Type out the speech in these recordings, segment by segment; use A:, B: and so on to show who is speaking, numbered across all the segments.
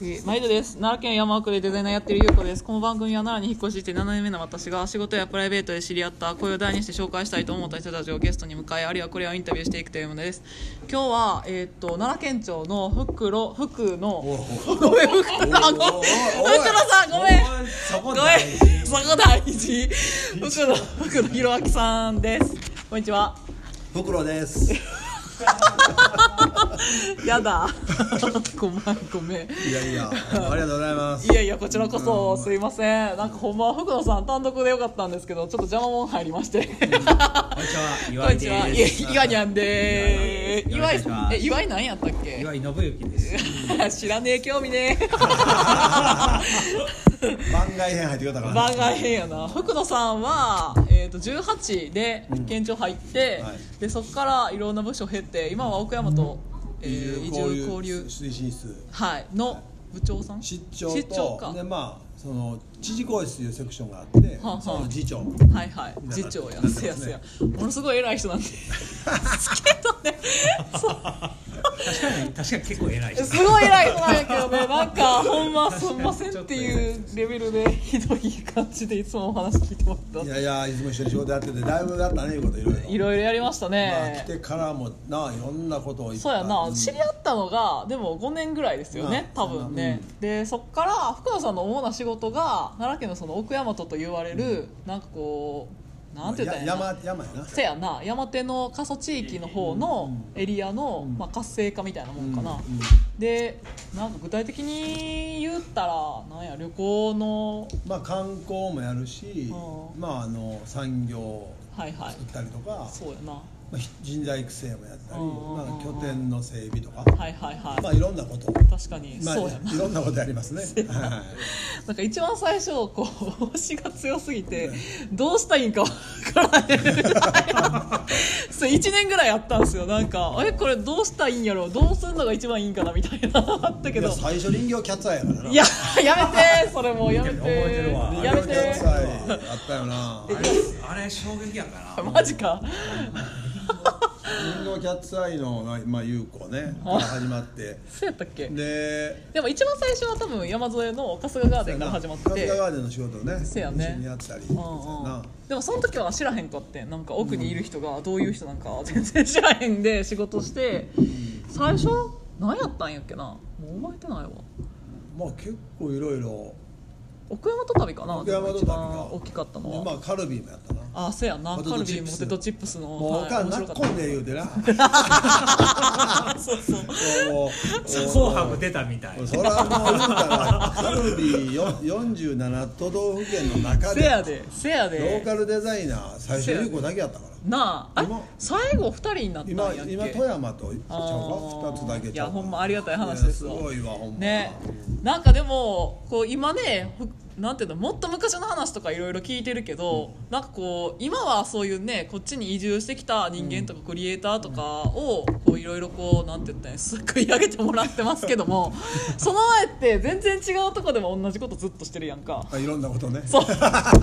A: えー毎度です奈良県山奥でデザイナーやってるゆうこですこの番組は奈良に引っ越して7年目の私が仕事やプライベートで知り合った声を題にして紹介したいと思った人たちをゲストに迎えあるいはこれをインタビューしていくというものです今日は、えーっと奈良県庁の福ろ福のごめん福田さんごめん福田さんごめん
B: そ
A: ご
B: こ
A: めんそこ大事福野福野弘明さんですこんにちは
B: 袋です
A: やだごめんごめん
B: いやいやありがとうございます
A: いやいやこちらこそすいませんなんかほんまは福野さん単独でよかったんですけどちょっと邪魔もん入りまして
B: こんにちは
A: こんにちはいやいわにゃんでーす
B: よ
A: 岩
B: ろ
A: 井
B: しくお願いします
A: え岩井なんやったっけ
B: 岩井信之です
A: 知らねえ興味ねえ
B: 番外編入ってくれたから
A: 番外編やな福野さんは、えー、と18で県庁入って、
B: はい
A: でそこからいろんな部署経て今は奥山と、えー移住交流
B: 推進室
A: はいの部長さん
B: 室長と
A: 室長か
B: でまあその知事公室というセクションがあって
A: はあはあ
B: その次長
A: はいはい
B: な
A: 次長や
B: なってます
A: せ
B: ね
A: やせやものすごい偉い人なんですけどねそう
C: 確かに結構偉い人
A: すごい偉い人なんやけどねなんかほんますんませんっていうレベルでひどい感じでいつもお話聞いてもらっ
B: い
A: た
B: やいやいつも一緒に仕事やっててだいぶだったねいうこといろいろ
A: いろいろやりました
B: まあ来
A: ね、
B: てからもないろんなことをいっぱい
A: そうやな知
B: うん
A: り合ったのがでも5年ぐらいですよね
B: ま
A: 多
B: あ
A: 分ね、でそっから福野さんの主な仕事が奈良県のその奥大和と言われるなんかこうなんて言ったらいいんやな
B: 山山やな
A: せやな山手の過疎地域の方のエリアの、まあ、活性化みたいなもんかな、
B: うん
A: でなんか具体的に言ったらなんや旅行の
B: まあ観光もやるし
A: うん
B: まああの産業
A: はいはい
B: 作ったりとか
A: そうやなは
B: まあ、人材育成もやったり、
A: うんうんうんうん
B: まあ、拠点の整備とか、
A: いはいはい、
B: まあ、いろんなこと、
A: 確かに、
B: まあ、
A: そうやない
B: ろんなことやり ますね。は
A: なんか一番最初こう推しが強すぎてどうしたらいいんか分からへんそれ1年ぐらいやったんですよなんかえこれどうしたらいいんやろどうするのが一番いいんかなみたいなあった
B: い、
A: け
B: いや
A: ど
B: 最初林業キャッツアイやからな。
A: いややめてそれもうやめて
C: 覚えてるわ
A: やめ
B: 林業キャッ
A: て
B: ツアイあったよな。
C: あれあれ衝撃やから
A: マジか
B: 林業キャッツアイの、まあ、有効ね、から始まって。
A: そうやったっけ
B: で。
A: でも一番最初は多分山添の春日ガーデンから始まって
B: カズガーデンの仕事をね。
A: せやね
B: 一緒にやったり。
A: うんうん
B: な
A: でもその時は知らへんかってんなんか奥にいる人がどういう人なんか全然知らへんで仕事して最初何やったんやっけなもう覚えてないわ
B: まあ、結構いろいろ。
A: 奥山と旅かな
B: 奥山と旅
A: 一
B: が
A: 番大きかったのは、
B: まあ、カルビーもやったな。
A: あ、そうやなカ
B: ポテ
A: ルビ
B: トチッ
A: ー
B: プス
A: ポテトチップスの
B: もう、お
A: はい
B: かん、
A: 面
B: なっ
A: 白か
B: こ
A: っ
B: んで言う てな。
A: たそうそう
B: もう
C: 紅白出たみたい
B: そらもう言うたらカルビーよ47都道府県の中
A: せ
B: で
A: やでせや
B: ロー
A: で
B: カルデザイナー最初
A: せや
B: 優子だけやったから
A: なああれ
B: 今
A: 最後二人になったんや
B: 今
A: っけ
B: 今富山とちゃうか
A: あー
B: 2つだけ
A: い
B: ちゃう
A: や
B: か
A: ほんまありがたい話ですわ
B: いやすごいわほんま
A: ねなんかでもこう今ねふなんていうのもっと昔の話とかいろいろ聞いてるけど、なんかこう今はそういうねこっちに移住してきた人間とかクリエイターとかをこういろいろこうなんて言ったらいいんすくい上げてもらってますけど もその前って全然違うとこでも同じことずっとしてるやんか
B: あいろんなことね
A: そう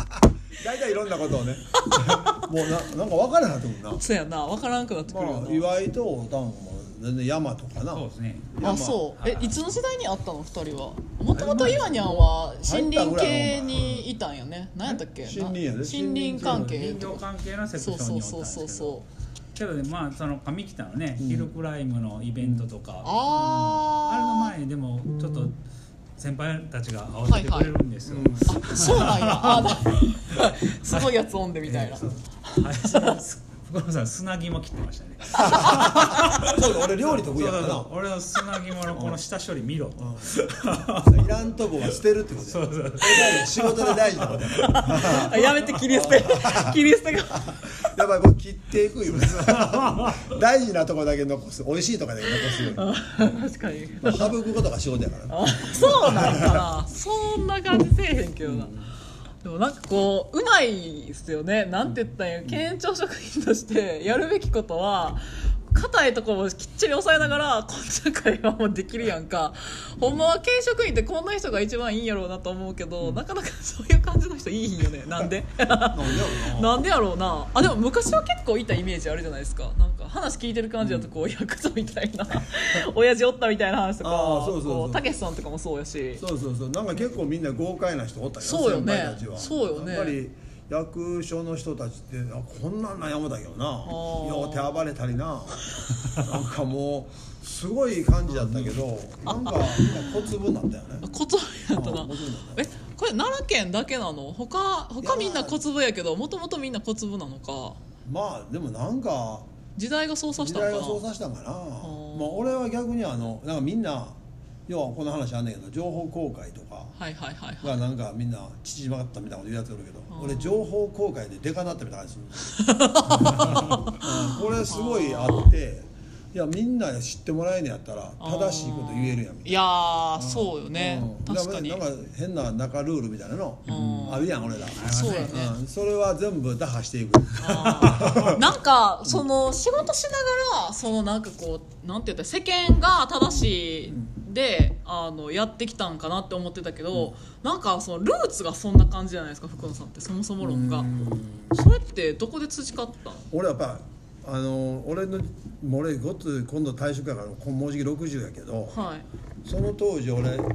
B: 大体いろんなことをね もうななんか分からなくなってくるな
A: そうやな分からんくなってくるよ
B: まあ
A: な、
B: 岩井とおたんも全然山とかな
C: そうですね
A: あ、
B: 山
A: そうえ
C: はい
A: いつの時代にあったの二人はもともと岩にゃんは森林系にいたんよね何やったっけ
B: 森林やで
A: な森林関係
C: 林業関係のセクシ
A: そう
C: ョン
A: そう
C: におった
A: そ
C: ん
A: うそう
C: ですけ
A: そう
C: どけどねまあその上北のねヒルクライムのイベントとか、あれの
A: あ
C: 前にでもちょっと先輩たちが合わせてくれるんですよ、
A: ーあそうなんやあだすごいやつおんでみたいな、
C: はい福野さん砂肝切ってましたね
B: そうだ俺料理得意やから
C: そうそうそう俺の砂肝のこの下処理見ろと、
B: ないらんとこは捨てるってことや
C: そうそう
B: 仕事で大事なことやから
A: あやめて切り捨て切り捨てが
B: やばいもう切っていくよ大事なとこだけ残す美味しいとこだけ残すように
A: 確かに
B: まあ省くことが仕事やからな
A: あそうなんかなそんな感じせえへんけどな、でもなんかこううまいですよねなんて言ったんや県庁職員としてやるべきことは硬いところもきっちり抑えながらこんな会話もできるやんかほんまは県職員ってこんな人が一番いいんやろうなと思うけど、なかなかそういう感じの人いいひんよねなんで
B: なんでやろな
A: なんでやろうなあでも昔は結構いたイメージあるじゃないですかなんか話聞いてる感じだとこう、ヤクザみたいな 親父おったみたいな話と
B: あ
A: か
B: ーそうそうそう
A: こたけしさんとかもそうやし
B: そうそうそうなんか結構みんな豪快な人おったけど
A: そうよね
B: 先輩たちは
A: そうよね
B: やっぱり役所の人たちってあこんなん悩むだけどな
A: ー
B: よう手暴れたりななんかもうすごい感じだったけどなんかみんな小粒になったよね
A: 小粒やったな
B: あ小粒なんだ
A: えこれ奈良県だけなの他他みんな小粒やけどもともとみんな小粒なのか
B: まあでもなんか
A: 時代が操作し
B: 時
A: たのか
B: 代
A: な
B: が操作したんか
A: ー
B: なまあ俺は逆にあのなんかみんな要はこの話あんねんけど情報公開とか
A: はいはいはいはい
B: がなんかみんな縮まったみたいなこと言うやつおるけど
A: ん
B: 俺情報公開でデカなったみたいな感じ するうんこれすごいあっていやみんな知ってもらえんねやったら正しいこと言えるやんみたい
A: いやー
B: な
A: そうよね
B: うん
A: 確かに
B: だらなんか変な中ルールみたいなの
A: うん
B: あるやん俺ら
A: そうやね
B: うんそれは全部打破していく
A: あーなんかその仕事しながらそのなんかこうなんて言ったら世間が正しいであのやってきたんかなって思ってたけど、なんかそのルーツがそんな感じじゃないですか福野さんってそもそも論がそれってどこで培ったの
B: 俺やっぱあの俺のもう俺ごつ今度退職やからもうじき60やけど、
A: はい
B: その当時俺、まあ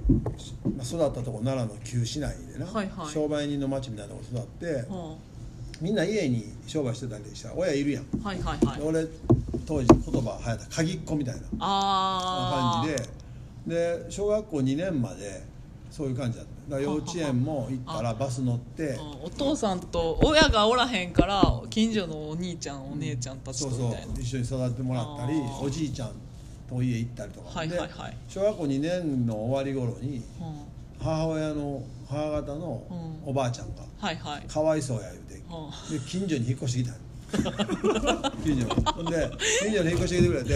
B: 育ったとこ奈良の旧市内でな、
A: はいはい
B: 商売人の町みたいなとこ育って、
A: は
B: みんな家に商売してたりしたら親いるやん、
A: あはいはいはい
B: で俺当時言葉流行った鍵っ子みたいな
A: ああ
B: 感じでで小学校2年までそういう感じだっただから幼稚園も行ったらバス乗って
A: お父さんと親がおらへんから近所のお兄ちゃんお姉ちゃんたち
B: そ
A: と
B: うそ
A: み
B: う
A: たいな
B: 一緒に育ってもらったり
A: あー
B: おじいちゃんと家行ったりとか、
A: はいはいはい
B: で小学校2年の終わり頃に
A: うん
B: 母親の母方の
A: うん
B: おばあちゃんが、
A: はいはい
B: かわいそうや言うて、
A: は
B: で近所に引っ越してきたん 近所にほんで近所に引っ越してきてくれて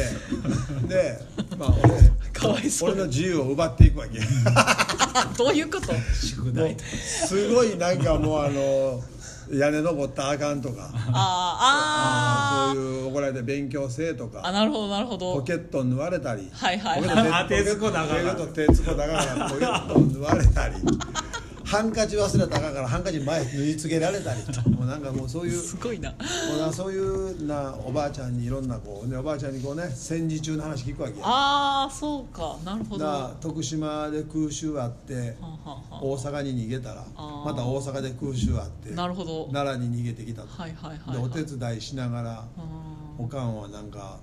B: でまあ俺
A: かわいそう
B: 俺の自由を奪っていくわけ
A: あ どういうこと
C: 宿
B: も
C: 題
B: うすごいなんかもうあの屋根登ったらあかんとか
A: あーあー
B: そういう怒られて勉強せえと
A: あ
B: か
A: なるほどなるほど
B: ポケット縫われたり
A: はいはいはい
C: あ手つこだから
B: ポケット手つこだからポケット縫われたりハンカチ忘れたらあかんからハンカチ前縫い付けられたりともうなんかもうそういう
A: すごいな
B: もうなそういうなおばあちゃんにいろんなこうねおばあちゃんにこうね戦時中の話聞くわけや
A: ああそうかなるほど
B: な徳島で空襲あって
A: はんはんはん
B: 大阪に逃げたら
A: あー
B: また大阪で空襲あって
A: なるほど
B: 奈良に逃げてきたと、
A: はいはいはい
B: で
A: は
B: お
A: い
B: 手伝いしながら
A: うん
B: おかんはなんか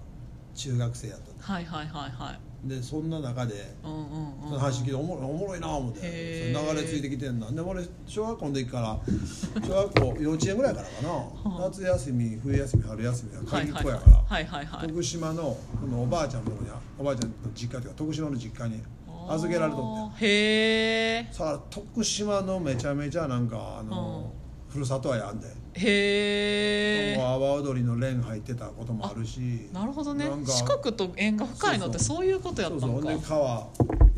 B: 中学生やったと
A: はいはいはいはい
B: でそんな中で
A: うんうん
B: そ
A: うん
B: の話聞いておもろいおもろいな思ってそ
A: へー
B: れ流れついてきてんなで俺小学校の時から小学校幼稚園ぐらいからかな夏休み冬休み春休みは
A: はい
B: 鍵っ
A: はい
B: 子
A: は
B: や
A: い
B: から
A: はいはいはい
B: 徳島のこのおばあちゃんのとこにおばあちゃんの実家というか徳島の実家に預けられとって
A: あーへえ
B: さあ徳島のめちゃめちゃなんかあの、ふるさと愛あんで
A: へえ
B: もう阿波踊りの連入ってたこともあるし
A: なるほどね
B: なんか
A: 四国と縁が深いのって
B: そ
A: そういうことやった
B: そ
A: ん
B: う
A: か
B: そうほんで川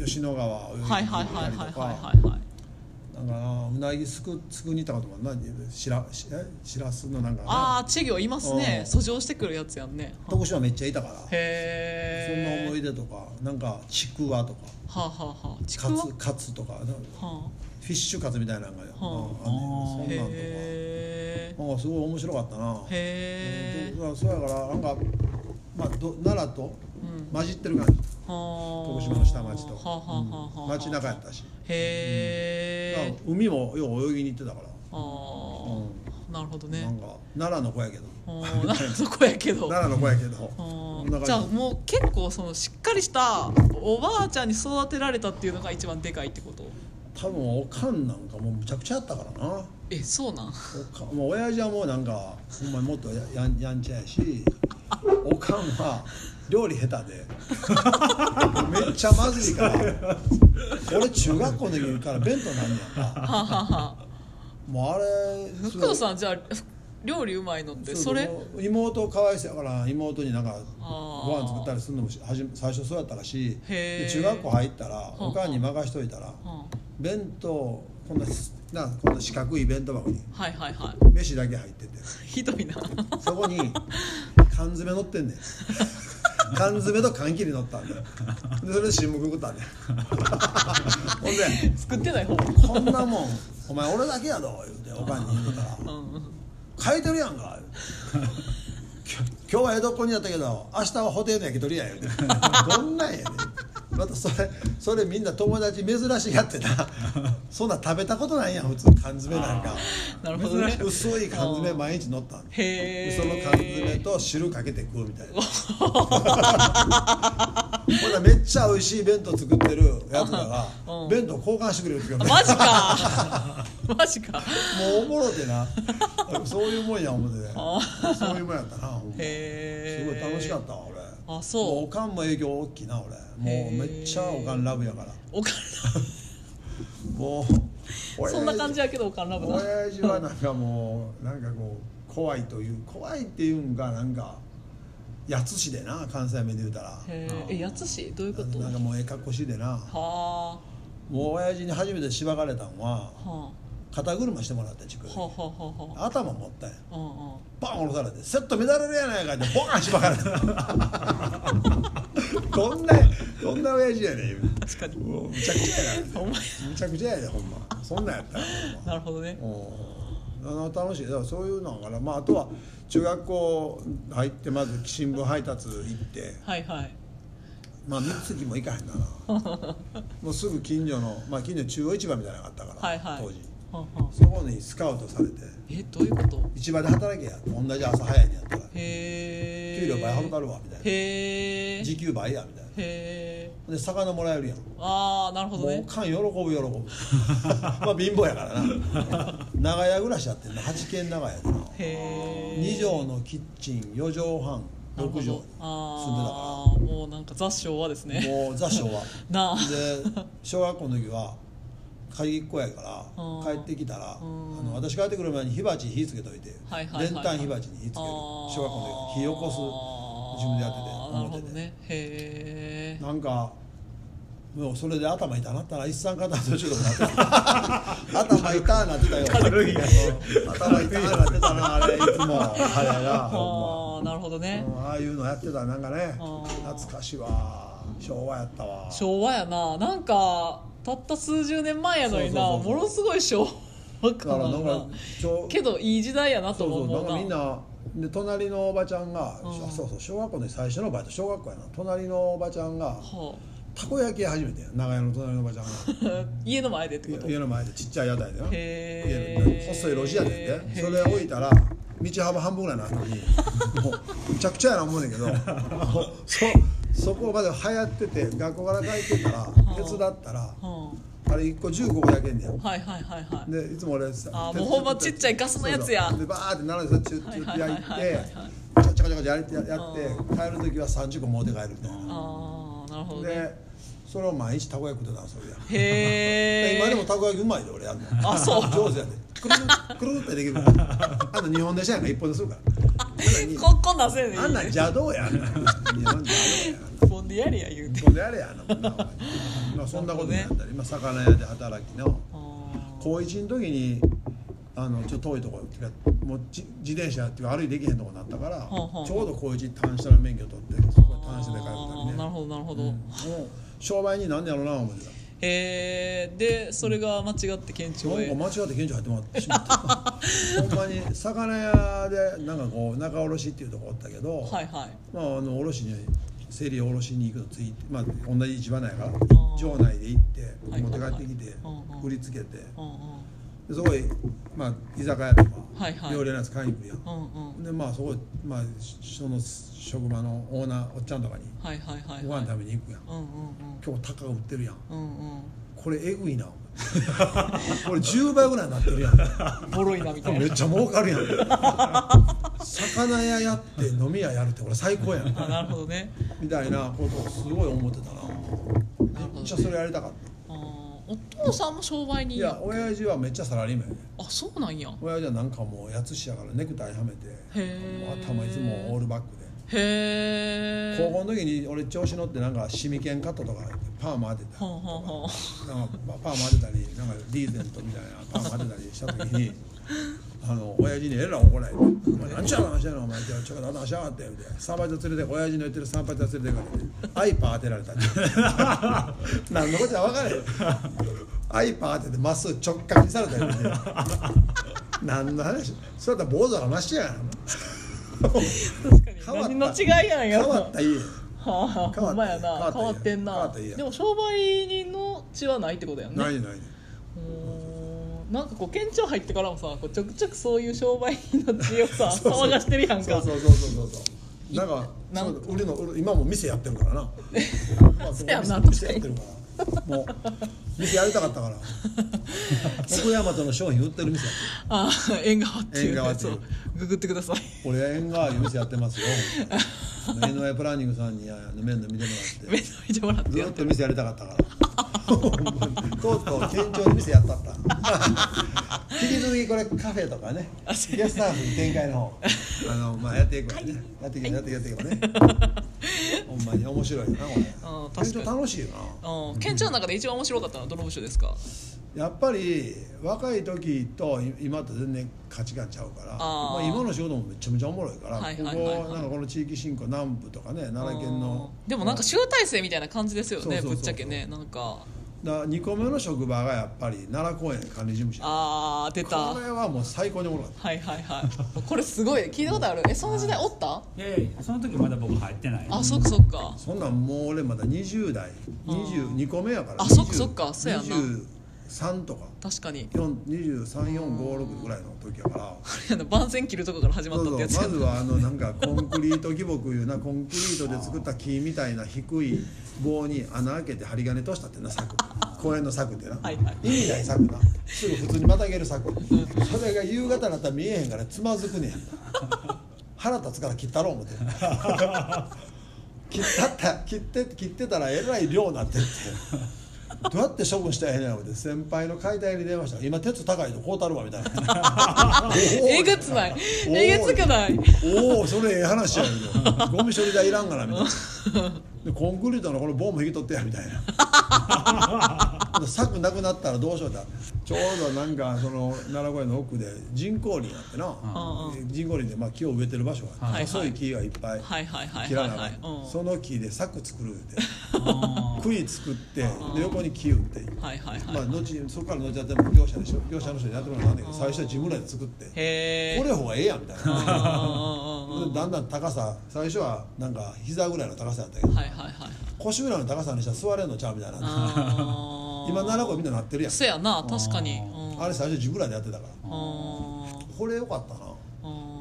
B: 吉野川を泳いで
A: はいはい
B: 行
A: はいはい
B: ったり
A: はい
B: と
A: は
B: か
A: いはい
B: なんかなうなぎすくすくに行ったこともあるなしらしえしらすのなんか
A: あ
B: な
A: あ稚魚いますね
B: うん
A: 遡上してくるやつやんね
B: 徳島めっちゃいたからそんな
A: へえ
B: 思い出とかなんかちくわとか
A: はあ、はあはあ、ちく
B: カ
A: わ
B: ツカツとかなんか
A: は
B: フィッシュカツみたいなのがよ、
A: は
B: あ
A: あ、
B: んねん、そんなんとか
A: へえ
B: なんかすごい面白かったな
A: へえ
B: うんそうやからなんか、まあ、ど奈良と混じってる感じ、
A: 徳
B: 徳島の下町と、
A: はあはあはあはあ
B: うん街中やったし、
A: へ
B: だ
A: え
B: から海もよう泳ぎに行ってたから、
A: ああなるほどね
B: なんか奈良の子やけど
A: ああなるほどこやけ ど
B: 奈良の子やけど
A: あ
B: そんな
A: ー
B: 感
A: じゃあもう結構そのしっかりしたおばあちゃんに育てられたっていうのが一番でかいってこと
B: 多分おかんなんかもうむちゃくちゃやったからな
A: えそうなん
B: おかんもう親父はもうなんかほんまにもっとややんやんちゃやしおかんは料理下手で めっちゃまずいから俺中学校の時から弁当なんねやんか
A: はあ、はあは あ、
B: もうあれ
A: 福野さんじゃあふ料理うまいのってそれ
B: う妹かわいそうやから妹になんか
A: あー
B: ご飯作ったりするのもしはじ最初そうやったらし
A: へー
B: で中学校入ったら
A: あ
B: おかんに任しといたら
A: は
B: 弁当こんなすなこんな四角い弁当箱に
A: あはいはいは
B: 飯だけ入ってて
A: いひどいな
B: そこに缶詰乗ってんねん缶詰と缶切り乗ったんだよでそれで新聞くくったんだよほんで
A: 作ってない方
B: 「こんなもんお前俺だけやぞ」言うておかんに言うてたら
A: うん
B: 書いてるやんか今日は江戸っ子にやったけど明日はホテルの焼き鳥やよ」どんなんやねんまたそれそれみんな友達珍しがってなそんな食べたことないやん普通缶詰なんか
A: なるほどね
B: 薄い缶詰毎日乗ったの
A: へー
B: その缶詰と汁かけて食うみたいな ほらめっちゃ美味しい弁当作ってるやつらが、
A: うん
B: 弁当交換してくれる時が
A: あ
B: めっちゃ
A: マジか マジか
B: もうおもろてなそういうもんや思ってねそういうもんやったなほんま
A: へ
B: す
A: ー
B: ごい楽しかったわ俺
A: あそう
B: もおかんも影響大きいな俺も
A: へ
B: う
A: ー
B: めっちゃおかんラブやから
A: おかん
B: もう
A: ラ そんな感じ
B: や
A: やけどおかんラブな
B: 親父はなんかもうなんかこう怖いという怖いっていうんがなんかやつしでな関西弁で言うたら
A: へーえやつしどういうこと
B: なんかもうええ格好しでな
A: は
B: もう親父に初めてしばかれたんは
A: あは
B: 肩車してもらった地区
A: あはあはあはあ
B: 頭持ったんや
A: うんうん
B: バン下ろされてセット乱れるやないかって ボーンしばかれたどんなどんな親父やねん確かにむちゃくちゃやな
A: お前
B: むちゃくちゃやでほんまそんなんやったらほんま
A: なるほどね
B: うんあの楽しいだからそういうのかな、まあ、あとは中学校入ってまず新聞配達行って
A: はいはい
B: まあ三月も行かへ んだなもうすぐ近所の、まあ、近所の中央市場みたいなのがあったから、
A: はいはい
B: 当時
A: はあはあ
B: そこにスカウトされて
A: えどういうこと
B: 市場で働けや同じ朝早いにやった
A: へ
B: ら
A: え
B: 給料倍払うかるわみたいな
A: へえ
B: 時給倍やみたい
A: へえ
B: なで魚もらえるやん
A: ああなるほど
B: もうお
A: ね
B: かん喜ぶ喜ぶ まあ貧乏やからな長屋暮らしやってんな8軒長屋でな
A: へえ
B: 2畳のキッチン4畳半
A: なる
B: 6
A: ほ
B: 畳
A: ど
B: 住んで
A: ああもうなんか雑昭和です
B: たから
A: ね
B: もう雑 誌は
A: なあ
B: で小学校の時は鍵っ子やか
A: うん
B: ら帰ってきたらあ
A: うん
B: の私帰ってくる前に火鉢火つけといて
A: はいはいはいはい
B: 練炭火鉢に火つける
A: あー
B: 小学校の時火起こす自分でやってて
A: あーなるほどねへえ
B: なんかもうそれで頭痛なったら一酸化炭素中毒にな ってた頭痛なってたよ
C: 軽い
B: 頭痛なってたなあれいつもあれが
A: あ
B: ほ
A: あなるほどね
B: んまうんああいうのやってたなんかね
A: あー
B: 懐かしいわ昭和やったわ
A: 昭和やななんかたった数十年前やのにな
B: そうそうそうそう
A: ものすごい昭和
B: だか
A: からら
B: なんか
A: な
B: 昭
A: けどいい時代やなと
B: そう
A: 思
B: そううなんかみん
A: な
B: なで隣のおばちゃんが、
A: うん
B: あそうそう小学校の最初のバイト小学校やな隣のおばちゃんが
A: は
B: たこ焼き屋始めてん長屋の隣のおばちゃんが
A: あ 家の前でってこと
B: 家の前でちっちゃい屋台でな
A: へー
B: 家の細い路地やでん
A: へ
B: で
A: ー
B: それ置いたら道幅半 分ぐらいなのにもうむちゃくちゃやな思うねんけどそそこまで流行ってて学校から帰ってたら手伝ったら
A: は
B: あれ1個15個焼けんねや
A: あはいはいはいはい
B: でいつも俺さ
A: あーもうほんまちっちゃいガスのやつや
B: そうそうでバーって並んでさチュッチュッて焼い
A: はいはいはいはい
B: てちゃちゃかちゃかちゃやってやって帰る時は30個持って帰るみたいな
A: ああなるほどね
B: でそれを毎日たこ焼き食ってたのそれや
A: へえ
B: 今でもたこ焼きうまいで俺やんの
A: あそう
B: 上手やでくるくるくるってできるからあの日本でしやんか一本でするから
A: ここなせんね
B: あんなん邪道やん日本邪道やん
A: ポンでやりや言うて
B: これやれやなもんなお前まあそんなことになったり今魚屋で働きの
A: あ
B: 高一の時にあのちょっと遠いところてかもうじ自転車っていうか歩いて行けへんとこになったから、
A: ほうほう
B: ちょうど高一単車の免許取ってそこで単車で帰ったり
A: ー
B: ね
A: なるほどなるほど、
B: もう商売になんねやろうな思ってた
A: へえでそれが間違って県庁へ
B: なんか間違って県庁入ってもらってしまった ほんまに魚屋でなんかこう仲卸っていうとこおったけど、
A: はいはい
B: まああの卸に競り卸に行くのついて、まあ、同じ市場内から
A: ー
B: 場内で行って
A: はい
B: 持って帰ってきて
A: うんうん
B: 売りつけて
A: うんうん
B: でそこへ、まあ、居酒屋とか
A: はいはい
B: 料理のやつ買いに行くやん、
A: うんうん
B: でまあそこ、まあ、その職場のオーナーおっちゃんとかに
A: はいはいはい
B: ご
A: はい
B: 飯食べに行くやん、
A: うんうん
B: 今日高が売ってるやん
A: うんうん
B: これえぐいな これ10倍ぐらいになってるやん
A: うんボロいなみたい
B: め
A: な
B: っちゃ儲かるやん魚屋やって飲み屋やるってこれ最高やん
A: あなるほどね
B: みたいなことをすごい思ってたな
A: なるほ
B: めっち
A: ど
B: ゃ
A: ね
B: それやりたかった
A: あーお父さんも商売人
B: いや親父はめっちゃサラリーマンやね
A: あそうなんやへ
B: 親父はなんかもうやつしやからネクタイはめて
A: へー
B: 頭いつもオールバックで
A: え
B: 高校の時に俺調子乗ってなんかシミ剣カットとかパーマ当てた
A: はんはんはん
B: なんかまあパーマ当てたりなんかリーゼントみたいなパーマ当てたりした時に あの親父にえらい怒られて「お前何ちゃうの話やのお前」って「ちょっと頭しやがって」みたいな「三発連れて親父の言ってる三発連れてからって」アイパー当てられたって何のことや分からへんアイパー当ててまっすぐ直感にされたよ、ね、何の話それやったら坊主の話やがな
A: 確かに
B: 変わった
A: 何の違いやんや
B: 変
A: ろ
B: わった家
A: はあ、
B: 変わ
A: ほ
B: った
A: んまやな
B: 変
A: 変
B: わ
A: わ
B: っ
A: った
B: 家
A: てん
B: 変わ
A: な
B: った家
A: でも商売人の血はないってことやんね
B: ないない
A: おーなんかこう県庁入ってからもさこうちょくちょくそういう商売人の血をさ
B: そうそう
A: 騒がしてるやん
B: そ
A: か
B: うそうそうそうそうなんか
A: なん
B: そう売るの売る今も店やってるから なまあ
A: そうやな
B: 僕も店やってるからもう店やりたかったから 奥大和の商品売ってる店やって
A: ああ縁側ってい
B: 縁
A: う
B: 側
A: や
B: って
A: つ
B: いう
A: をググってください
B: る俺は縁側いう店やってますよあの NY プランニングさんにあの面倒見てもらって
A: 目覚めてもらって
B: ず
A: や
B: っと店やりたかったからとうとう県庁で店やったった 引き続きこれカフェとかね
A: あ
B: スターフ展開の 方あの、まあ、やっていくわねやっていけばやっていけばねほんまに面白いよなこ
A: うん
B: れ
A: 確か
B: 県
A: に
B: 庁楽しいよ
A: うん県庁の中で一番面白かったのはどの部署ですか
B: なやっぱり若い時とい今と全然価値観ちゃうか
A: あ
B: ら
A: ー
B: まあ、今の仕事もめちゃめちゃおもろいから、
A: はいはいはい
B: こ
A: はい
B: こなんかこの地域振興南部とかね奈良県の
A: うんでもなんか集大成みたいな感じですよ
B: そうそう
A: ね
B: そうそう
A: ぶっちゃけねなんか
B: だ2個目の職場がやっぱり奈良公園管理事務所
A: あー出た
B: こ
A: は
B: れはもう最高におもろかっ
A: いはいはいこれすごい聞いたことあるえその時代おった
C: いやいやその時まだ僕入ってない
A: あそっかそっか
B: たそんなんもう俺まだ20代
A: あー
B: 22個目やから
A: あそっか
B: 20
A: そっかそうやな
B: 23とか
A: 確かに
B: 2345ぐらいの時やから
A: あの番宣切るとこから始ま
B: そ
A: っ
B: う
A: た
B: そ
A: っ
B: う
A: て
B: ま
A: やつやな
B: ずはあのなんかコンクリート木木いうなコンクリートで作った木みたいな低い棒に穴開けて針金としたってな柵公園の柵ってな、
A: はいはい
B: 意味ない柵なすぐ普通にまたげる柵それが夕方になったら見えへんからつまずくねん腹立つから切ったろう思って切ったった切って切ってたらえらい量になってってどうやって処分したらええねん思って先輩の解体に電話したら今鉄高いとこうたるわ みたいなおお
A: えぐつないえぐつくない
B: おおそれええ話やけどゴミ処理代いらんからみたいなでコンクリートのこの棒も引き取ってやみたい な柵なくなったらどうしようだちょうどなんかその奈良公園の奥で人工林あってな、
A: う
B: 人工林でまあ木を植えてる場所があって、
A: はい
B: 細い木がいっぱい
A: はいはいはい
B: 切
A: は
B: ら
A: い
B: なあ
A: は
B: かん
A: いうん
B: その木で柵作るって
C: あ
B: 杭作ってで横に木打って、
A: はいはい
B: まあ、
A: はい
B: 後にそこから後やっても業者でしょ業者の人にやってもらわなんだけど最初は自分らで作ってこ
A: へえ
B: れ方がええやんみたいな。
A: は
B: だんだん高さ最初はなんか膝ぐらいの高さだったけど
A: いはいはい
B: 腰ぐらいの高さにしたら座れんのちゃうみたいな
A: あー
B: 今奈良公園みんななってるやん
A: そやな確かに
C: あ
A: うん
B: あれ最初自分らでやってたから
A: あ
B: これよかった
A: ー
B: な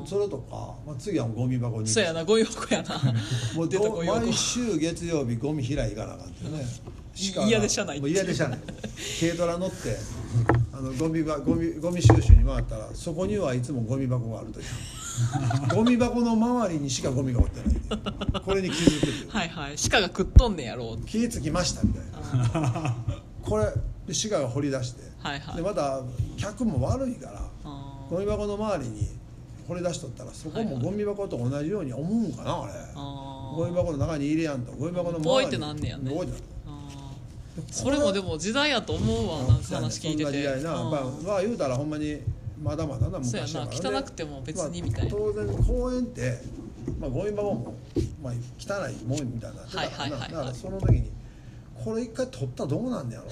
B: それとか、まあ、次はもうゴミ箱に
A: そうやなゴミ箱やな
B: もう
A: 出たゴ
B: ど
A: ミ箱
B: 毎週月曜日ゴミ開いかなあかんってねが
A: 嫌でしゃあない
B: もう嫌でしゃあない軽トラ乗ってあのゴミばゴミゴミ収集に回ったらそこにはいつもゴミ箱があ るというゴミ箱の周りにしかゴミがおってないこれに気づくという
A: はいはい鹿が食っとんねやろう
B: 気付きましたみたいなこれで滋賀が掘り出して、
A: はいはい
B: でまた客も悪いから
A: あー
B: ゴミ箱の周りに掘り出しとったらそこもゴミ箱と同じように思うんかなあれ
A: あー
B: ゴミ箱の中に入れやんとゴミ箱の周りに
A: ボイってなんねやね
B: ボイってなる
A: あーそれもでも時代やと思うわなんか話聞いて
B: そんな
A: て
B: 時代な、まあ
A: うん
B: まあ言うたらほんまにまだまだな昔だから、ね、
A: そうやな汚くても別にみたいな
B: まあ当然公園って、まあ、ゴミ箱も、まあ、汚いもんみたいになってたか
A: は
B: らな、
A: いはいはいはい
B: だからその時にこれ一回取ったらどうなん ねやろ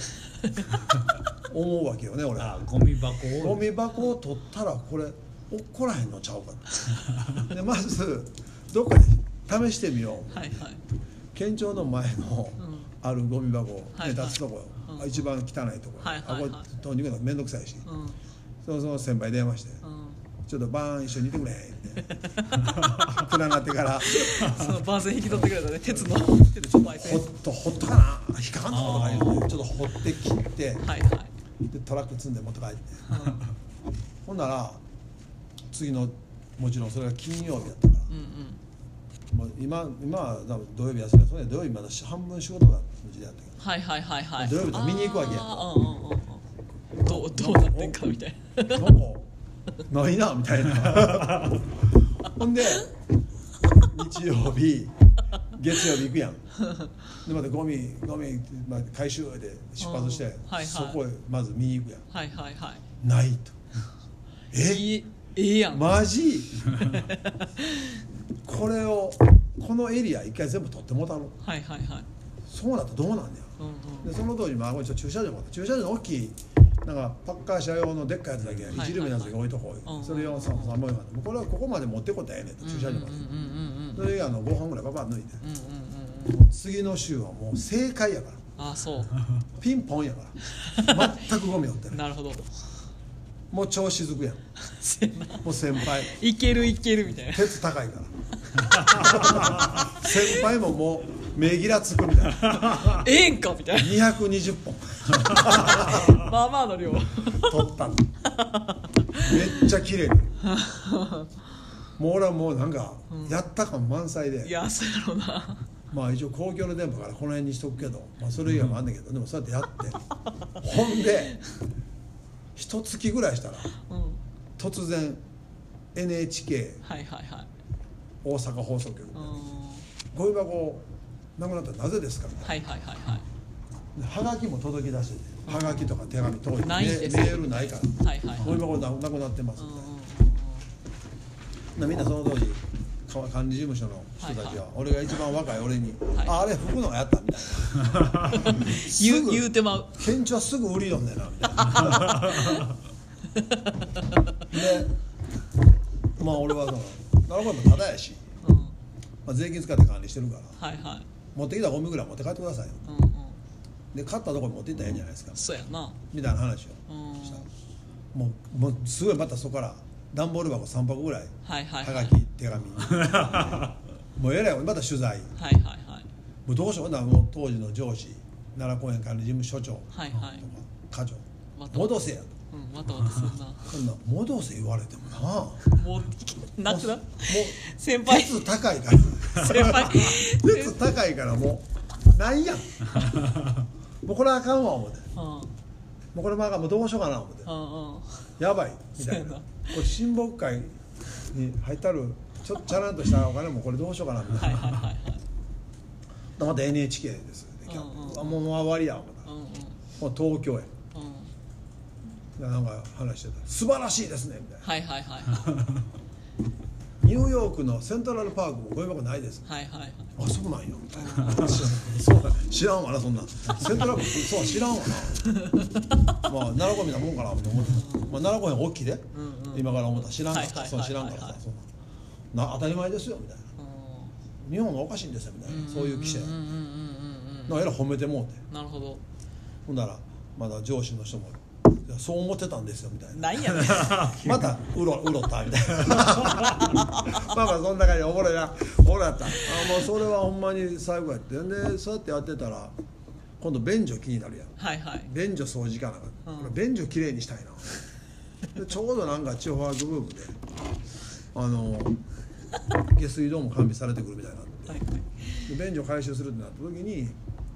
B: 思うわけよね俺
C: あゴミ箱
B: ゴ
C: を
B: ミ箱を取ったらこれ怒らへんのちゃうかとでまずどっかで試してみよう
A: はいはい
B: 県庁の前の
A: ん
B: あるゴミ箱、ね
A: はいはい
B: 出すとこ、
A: うん
B: 一番汚いとこ、
A: はいはいはい
B: あこれとにかく面倒くさいし、
A: うん
B: そのその先輩に電話して、
A: うん
B: ちょっとバーン一緒にいてくれ」って 暗なってから「
A: そのバーゼン引き取ってくれたね鉄 の鉄のバイセ
B: ほ
A: ン
B: っとほっとかな引っかかんのか」とか言ってちょっと掘って切って
A: はいはい
B: でトラック積んで持って帰って、ほんなら次のもちろんそれが金曜日やったから。
A: うんうん
B: もう今今は多分土曜日休みだそうね土曜日まだ半分仕事が無事だったけど
A: はいはいはいはい
B: 土曜日とか見に行くわけやん
A: あーうんうんうんうんどうどうなってんかみたいな
B: なんかないなみたいなほんで日曜日月曜日行くやんでまたゴミゴミ、まあ、回収で出発して、
A: うんはいはい
B: そこへまず見に行くや
A: はいはいはい
B: んないとえ
A: いいええやん、
B: マジこれをこのエリア一回全部取ってもうたろ
A: はいはいはい
B: そうなったらどうなんねや
A: うんうん
B: でその当時、まあ、これちょっと駐車場もあった駐車場の大きいなんかパッカー車用のでっかいやつだけ
A: い
B: 一流目のやつだけ置いとこうよ、
A: うん
B: それを3本までもうこれはここまで持ってこったらええねんと駐車場まで、
A: うんうんうんうんうんうんうん
B: それあの5本ぐらいパパ抜いて、
A: うん
B: もう次の週はもう正解やから
A: ああそう
B: ピンポンやから全くゴミを ってない
A: なるほど
B: もう調子づくやん
A: せやな
B: もう先輩
A: いけるいけるみたいな
B: 鉄高いか ら先輩ももう目ギラつくみたいな
A: ええんかみたい
B: 220本
A: なまあまあの量
B: 取ったのめっちゃ綺麗にもう俺はもうなんかやった感満載で、
A: いやそうやろうな
B: まあ一応公共の電波からこの辺にしとくけど、まあ、それ以外もあんねんけど、でもそうやってやってほんで一月ぐらいしたら
A: うん
B: 突然 NHK
A: はいはいはい
B: 大阪放送局
A: うん
B: ゴミ箱なくなったらなぜですか
A: はいはいはいはい
B: ではがきも届き出しててはがきとか手紙届いて
A: ないん
B: メ
A: です
B: メールないから
A: はいはいはい
B: ゴミ箱ななくなってます
A: うん
B: み
A: う
B: た
A: ん
B: いな
A: うんうん
B: なみんなその当時か管理事務所の人たちは、俺が一番若い俺に、
A: はい
B: ああれ服のがやったみたい なす
A: 言
B: ぐ
A: う言うてまう
B: 県庁はすぐ売りよんねんなみたいなでまあ俺はその奈良公園もタダやし、
A: うん
B: まあ、税金使って管理してるから
A: はいはい
B: 持ってきたゴミぐらい持って帰ってくださいよ
A: うんうん
B: で買ったとこに持って行ったらええんじゃないですか
A: そうやな
B: みたいな話を
A: うん
B: したもうもうすごいまたそこから段ボール箱3箱ぐらい
A: はいはい
B: は
A: は
B: が
A: い
B: き 手紙もうえらいまた取材
A: はいはいはい
B: もうどうしようもなもう当時の上司奈良公園管理事務所長とか
A: はいはい
B: 課長
A: また
B: 戻せやと
A: うんまた私そんな
B: そんな戻せ言われてもな
A: もうなくな
B: もう
A: 先輩
B: 鉄
A: 先
B: 高いから
A: 輩
B: 鉄高いからもうな いやんもうこれあかんわ思って
A: うん
B: もうこれもあかんもうどうしようかな思って
A: うんうん
B: やばいみたい
A: そう
B: な
A: や
B: こ
A: な
B: れ親睦会に入ったるちょっとチャランとしたお金もこれどうしようかなみたいな、
A: はいはいはいはい
B: また NHK です、
A: うんうん
B: あもう終わりや思った
A: うんうん
B: もう東京へ
A: うん
B: なんか話してた素晴らしいですねみたいな
A: はいはいはいは
B: ニューヨークのセントラルパークもゴミ箱ないです
A: いはいはい
B: あそうなんよみたいな そうだ知らんわなそんなんセントラルそう知らんわ なまあ奈良ゴミなもんかなと思ってた、まあ、奈良公園大きいで、
A: うんうん
B: 今から思ったら知らんかっ
A: は
B: た
A: いはい
B: そう
A: はい
B: 知らんから
A: はいは
B: さ
A: い
B: そんなんな当たり前ですよみたいな
A: う
B: 日本はおかしいんですよみたい
A: ん
B: なそういう記者
A: うんうんうんうんうん
B: なんかえらい褒めてもうて
A: なるほど
B: ほんならまだ上司の人もいやそう思ってたんですよみたいな
A: なんやねん
B: またうろうろったみたいな まあまあそんな感じでおもろいなおもろやったあもうそれはほんまに最後やってでそうやってやってたら今度便所気になるやん
A: はいはい
B: 便所掃除かな
A: うん
B: 俺便所きれいにしたいなでちょうどなんか地方ワークブームであの下水道も完備されてくるみたいになって
A: はいはい
B: で便所回収するってなった時に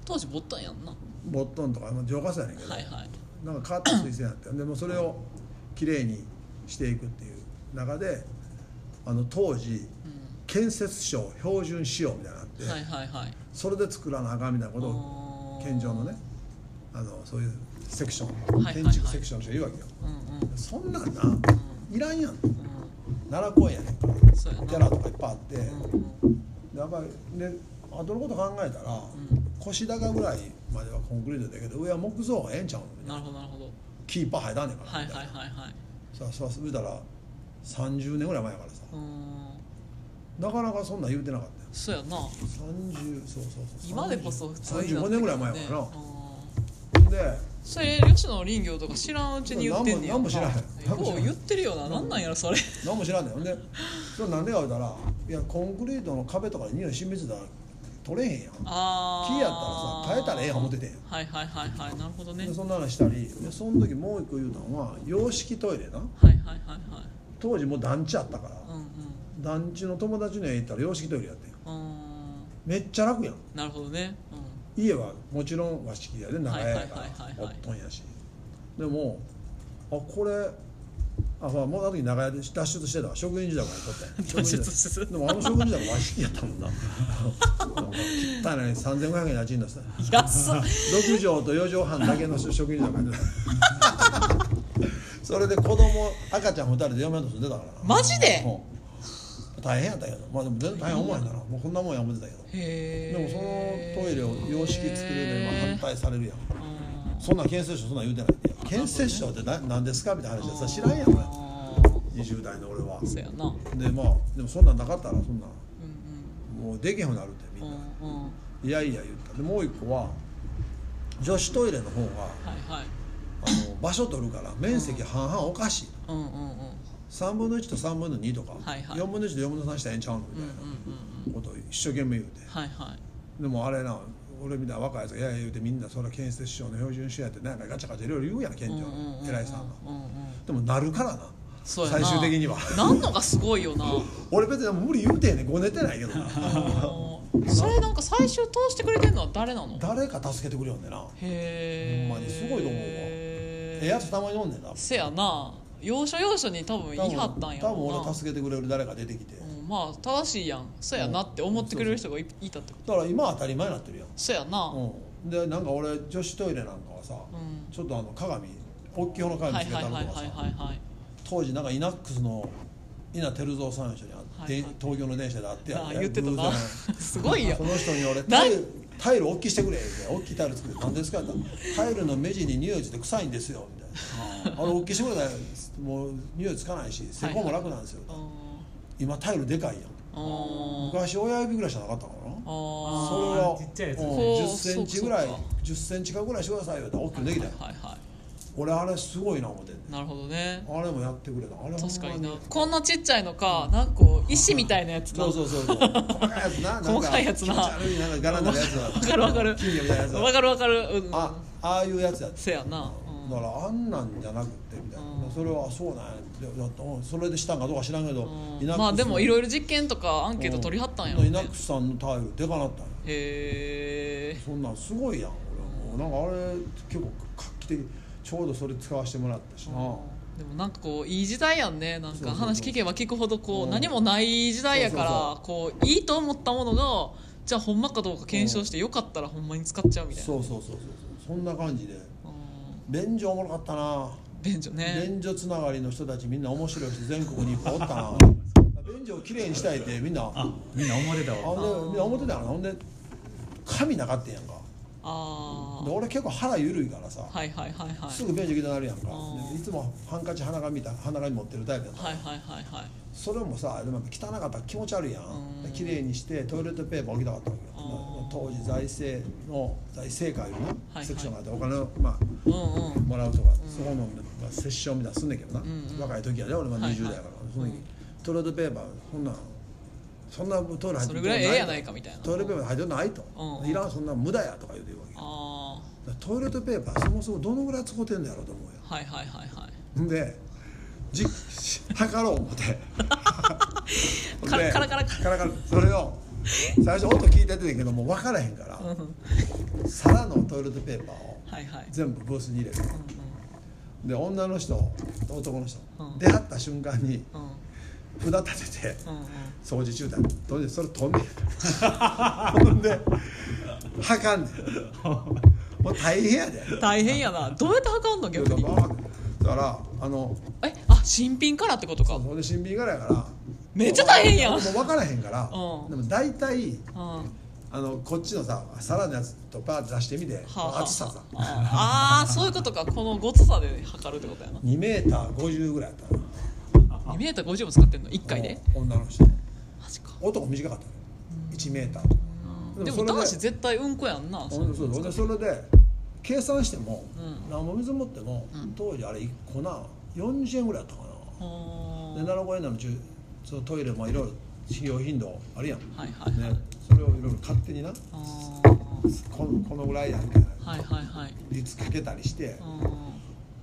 A: 当時ボッタンやんな
B: ボットンとか、まあ、浄化水やねんけど、
A: はいはい
B: なんか変わった水性やってでもそれをきれいにしていくっていう中であの当時
A: う
B: 建設省標準仕様みたいなのがあって、
A: んはいはいはい
B: それで作らなあかんみたいなことを
A: あー
B: 県庁のねあのそういうセクション、
A: いはいはい
B: 建築セクションの人が言うわけよ
A: うんうん
B: そんなんないらんやん奈良公園やねんから
A: そうやな
B: キャラとかいっぱいあって、
A: うんうん
B: やっぱりで後のこと考えたら、腰高ぐらいまではコンクリートだけど上は木造がええんちゃうのみたいな
A: なるほどなるほど
B: キーパー入らんねんからみた
A: はいい
B: な
A: はいはいはい
B: さあそう言うたら30年ぐらい前やからさ
A: うん
B: なかなかそんなん言うてなかったよ
A: そうやな
B: 30そうそうそう
A: 今でこそ普通になって
B: 35
A: る
B: 年ぐらい前やからな、
A: ねうん
B: ほんで
A: それ吉野の林業とか知らんうちに言ってんねや
B: 何も何も知らん何も知らん
A: こう言ってるよな何なんやろそれ
B: 何も知らんねんほんでそれなんでか言うたらいやコンクリートの壁とかに匂い染みついたら取れへんやん
A: あー
B: 木やったらさ変えたらええやん思っててんやん
A: はいはいはいはいなるほどね
B: でそんな話したりでその時もう一個言うたのは洋式トイレな
A: はいはいはいはい
B: 当時もう団地あったから、
A: うんうん
B: 団地の友達の家行ったら洋式トイレやってん
A: うーん
B: めっちゃ楽やん
A: なるほどねうん
B: 家はもちろん和式やで長屋やか
A: はいはいはいはい
B: らお
A: は
B: っ
A: い
B: とんやしでもあこれあまあもうあの時長屋で脱出してたわ職員時代から取ったん や
A: 脱出してた
B: でもあの職員時代は和式やったもんななんか汚い3500円家賃出した
A: 安っ
B: 6畳と4畳半だけの職員時代から出た それで子供赤ちゃん2人で嫁と住んでたからな
A: マジで
B: うん大変やったけどまあでも全然大変思わへんからもうこんなもんや思ってたけど
A: へ
B: でもそのトイレを洋式作るの今反対されるやん
A: の
B: そんなん建設省そんなん言うてないで建設省ってな何ですかみたいな話やさ知らんやん俺
A: あ
B: 20代の俺は
A: あそうやなうん
B: でまあでもそんなんなかったらそんなんもうできへんようになるってみ
A: うんうん
B: んな
A: うんはい
B: やいや言ったでもう一個は女子トイレの方が
A: いはい
B: あの場所取るから面積半々おかしい
A: うんうんうんうん
B: 3分の1と3分の2とか、
A: はいはい
B: 4分の1と4分の3したらええんちゃうのみ
A: うんうんうん
B: たいなことを一生懸命言うて、
A: はいはい
B: でもあれな俺みたいな若いやつが「いやいや」言うてみんなそれは建設省の標準試合ってなんかガチャガチャいろいろ言うやん県庁
A: うんうんう
B: の
A: ん
B: 偉いさんが
A: うんうん
B: でもなるからな
A: そうやな
B: 最終的には
A: なんのがすごいよな
B: 俺別にでも無理言うてへんねんごねてないけどな
A: うんそれなんか最終通してくれてるのは誰なの
B: 誰か助けてくれよんねんな
A: へえ
B: ほんまにすごいと思うわええやつたまにおんねんな
A: せやな要所要所に多分言い張ったんやろ
B: 多
A: うな
B: 分俺助けてくれる誰か出てきてだ
A: うんまあ正しいやんそうやなって思ってくれる人がいいたってこと
B: から今は当たり前になってるやん、
A: そうやなうん
B: うん、でなんか俺女子トイレなんかはさ、ちょっとあの鏡大きい方の
A: はいは
B: 鏡
A: い
B: つけ
A: は
B: た
A: い
B: の
A: はい
B: とか
A: はい
B: さ
A: はい
B: 当時なんかイナックスの稲照蔵さん一緒に会って、
A: はいはい
B: 東京の電車で会ってや
A: ああ言ってたな すごいよ
B: 偶然 その人に俺
A: な
B: タイルタイル大きいしてくれって大きいタイル作って何ですかって言ったらタイルの目地に匂いついて臭いんですよみたいなあれ大きいしてくれたらもう匂いつかないし施工も楽なんですよ、
A: あ
B: 今タイルでかいやん
A: あ
B: 昔親指ぐらいしかなかったのかな
A: あ
B: そ
A: あ
C: ー
B: れは
C: ちっちゃいやつ
B: うん
A: こう
B: 10センチぐらい
A: そうか
B: 10センチかぐらいしてくださいよって大きくできたよ
A: はいは
B: 俺あれすごいな思ってんね
A: いなるほどね
B: あれもやってくれたあれほんま
A: 確かになこんなちっちゃいのかなんかこう石みたいなやつな
B: そうそうそうそう細かいやつななんか
A: 細かいやつな
B: 気持ち悪いなんか柄になるやつわ
A: わかるわかる
B: 金魚みたいなやつ
A: わかるわかるうん
B: あああいうやつやって
A: せやな
B: だからあんなんじゃなくてみたいなそれはそうなんやいやうんそれでしたんかどうか知らんけ
A: う
B: ど
A: ん
B: イナックス
A: まあでもいろいろ実験とかアンケート取りはったんやろ
B: イナ
A: ね
B: ックスさんのタイルでかなったんや
A: へえ
B: そんなんすごいやん俺もなんかあれ結構画期的ちょうどそれ使わせてもらったしな
A: でもなんかこういい時代やんねなん
B: そうそう
A: か
B: そう
A: 話聞けば聞くほどこ
B: う
A: うん何もない時代やからこういいと思ったものがじゃあほんまかどうか検証してよかったらほんまに使っちゃうみたいな
B: そうそうそうそうそんな感じで
A: うん
B: 便所おもろかったな
A: 便所ね
B: 便所つながりの人たちみんな面白い人全国にいっぱいおったな便所をきれいにしたいってみんなあ
C: あみんな思ってた
B: ほ
C: わ
B: んでみんな思ってたからほんで紙なかったやんか
A: あ
B: で俺結構腹ゆるいからさ、
A: あはいはいはいはい
B: すぐ便所行きたなるやんか
A: うん
B: でいつもハンカチ鼻紙た鼻紙持ってるタイプやった
A: はいはいはいはい
B: それもさでもやっぱ汚かったら気持ち悪いや
A: うん
B: んで綺麗にしてトイレットペーパー置きたかったわけよ
A: うん
B: 当時財政の財政会のね
A: はい
B: セクションがあってお金をまあ
A: うんうん
B: もらうとか、そこのセッションみたいなのすんねんけどな、
A: んうん
B: 若い時やで俺は20代やから、
A: はいはい
B: その時トイレットペーパーそんなんそんなトイレ入って
A: それぐらいええやないかみたいな
B: トイレットペーパー入ってるのないと、
A: うん
B: いらんそんなん無駄やとか言うてるわけだか
A: あ
B: らトイレットペーパーそもそもどのぐらい使うてんのやろうと思う
A: あはいはいはいはい
B: よんでじ測ろう思ってほ ん
A: カラ
B: で
A: カラカラカ
B: カラカラそれを最初音聞いててんけどもう分からへんから、皿のトイレットペーパーを
A: はいはい
B: 全部ブースに入れてで女の人と男の人、
A: うん
B: 出会った瞬間に
A: うんうん
B: 札立てて
A: うんうん
B: 掃除中だとりあえずそれ飛 んでほんではかんねんもう大変やで
A: 大変やなどうやって測んの逆に
B: バーッだからあの
A: えあ新品からってことか
B: それで新品からやから
A: めっちゃ大変やん
B: も
A: う
B: う分からへんから、
A: うん
B: でも大体
A: ん
B: あのこっちのさ皿のやつとバーッて出してみて、厚ささ
A: ああーそういうことかこのごつさで測るってことやな
B: 2メーター50ぐらいやったな
A: 2メーター50も使ってんの1回で
B: 女の人
A: マジか
B: 男短かったの1メーターとか
A: で
B: そ
A: も
B: れで
A: 男子絶対うんこやんな
B: そうそうそうでそれで計算しても、
A: うん
B: 何も水持っても、当時あれ1個な40円ぐらいだったか
A: あー
B: な、で7 5円なの中そのトイレもいろいろ使用頻度あるやん、
A: はいはいはい
B: ね、それをいろいろ勝手にな
A: あ
B: ここのぐらいやみたいな
A: ーはいはいはい
B: 率かけたりして、
A: うん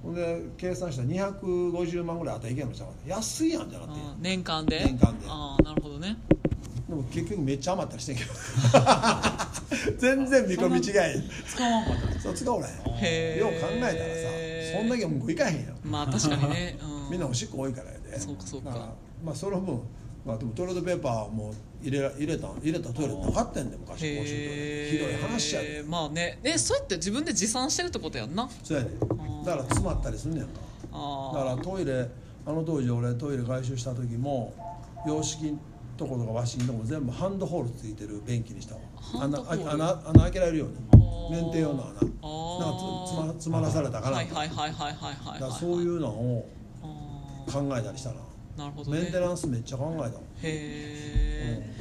B: ほんで計算したら250万ぐらいあったらいけんのちゃうかな安いやんじゃなくて、
A: うん年間で
B: 年間で
A: ああなるほどね
B: でも結局めっちゃ余ったりしてんけど 全然見込み違い
C: 使わんかった
B: そっちがおらへん
A: へえ
B: よう考えたらさそんだけ文句いかへんやん
A: まあ確かに ね、うん、
B: みんなおしっこ多いからやで
A: そうかそうか
B: だらまあその分まあでもトイレットペーパーも入れら入れた入れたトイレなかったんで昔公衆トイレ
A: へ
B: ひどい話や
A: え
B: で
A: まあねえそうやって自分で持参してるってことやんな
B: そうやねんだから詰まったりすんねやんかだ
A: あ
B: からトイレあの当時俺トイレ改修した時も洋式とことかワシンとこも全部ハンドホールついてる便器にしたわ
A: ハン
B: 穴
A: ドホール
B: あ穴穴開けられるように
A: あー
B: 免停用の穴なんか
A: あ
B: つつま
A: ー
B: 詰まらされたから,、
A: はいはいはいはいはいはいは
B: だ
A: い
B: からそういうのを
A: あ
B: 考えたりしたな、
A: ーなるほどね
B: メンテナンスめっちゃ考えたもん
A: へえ、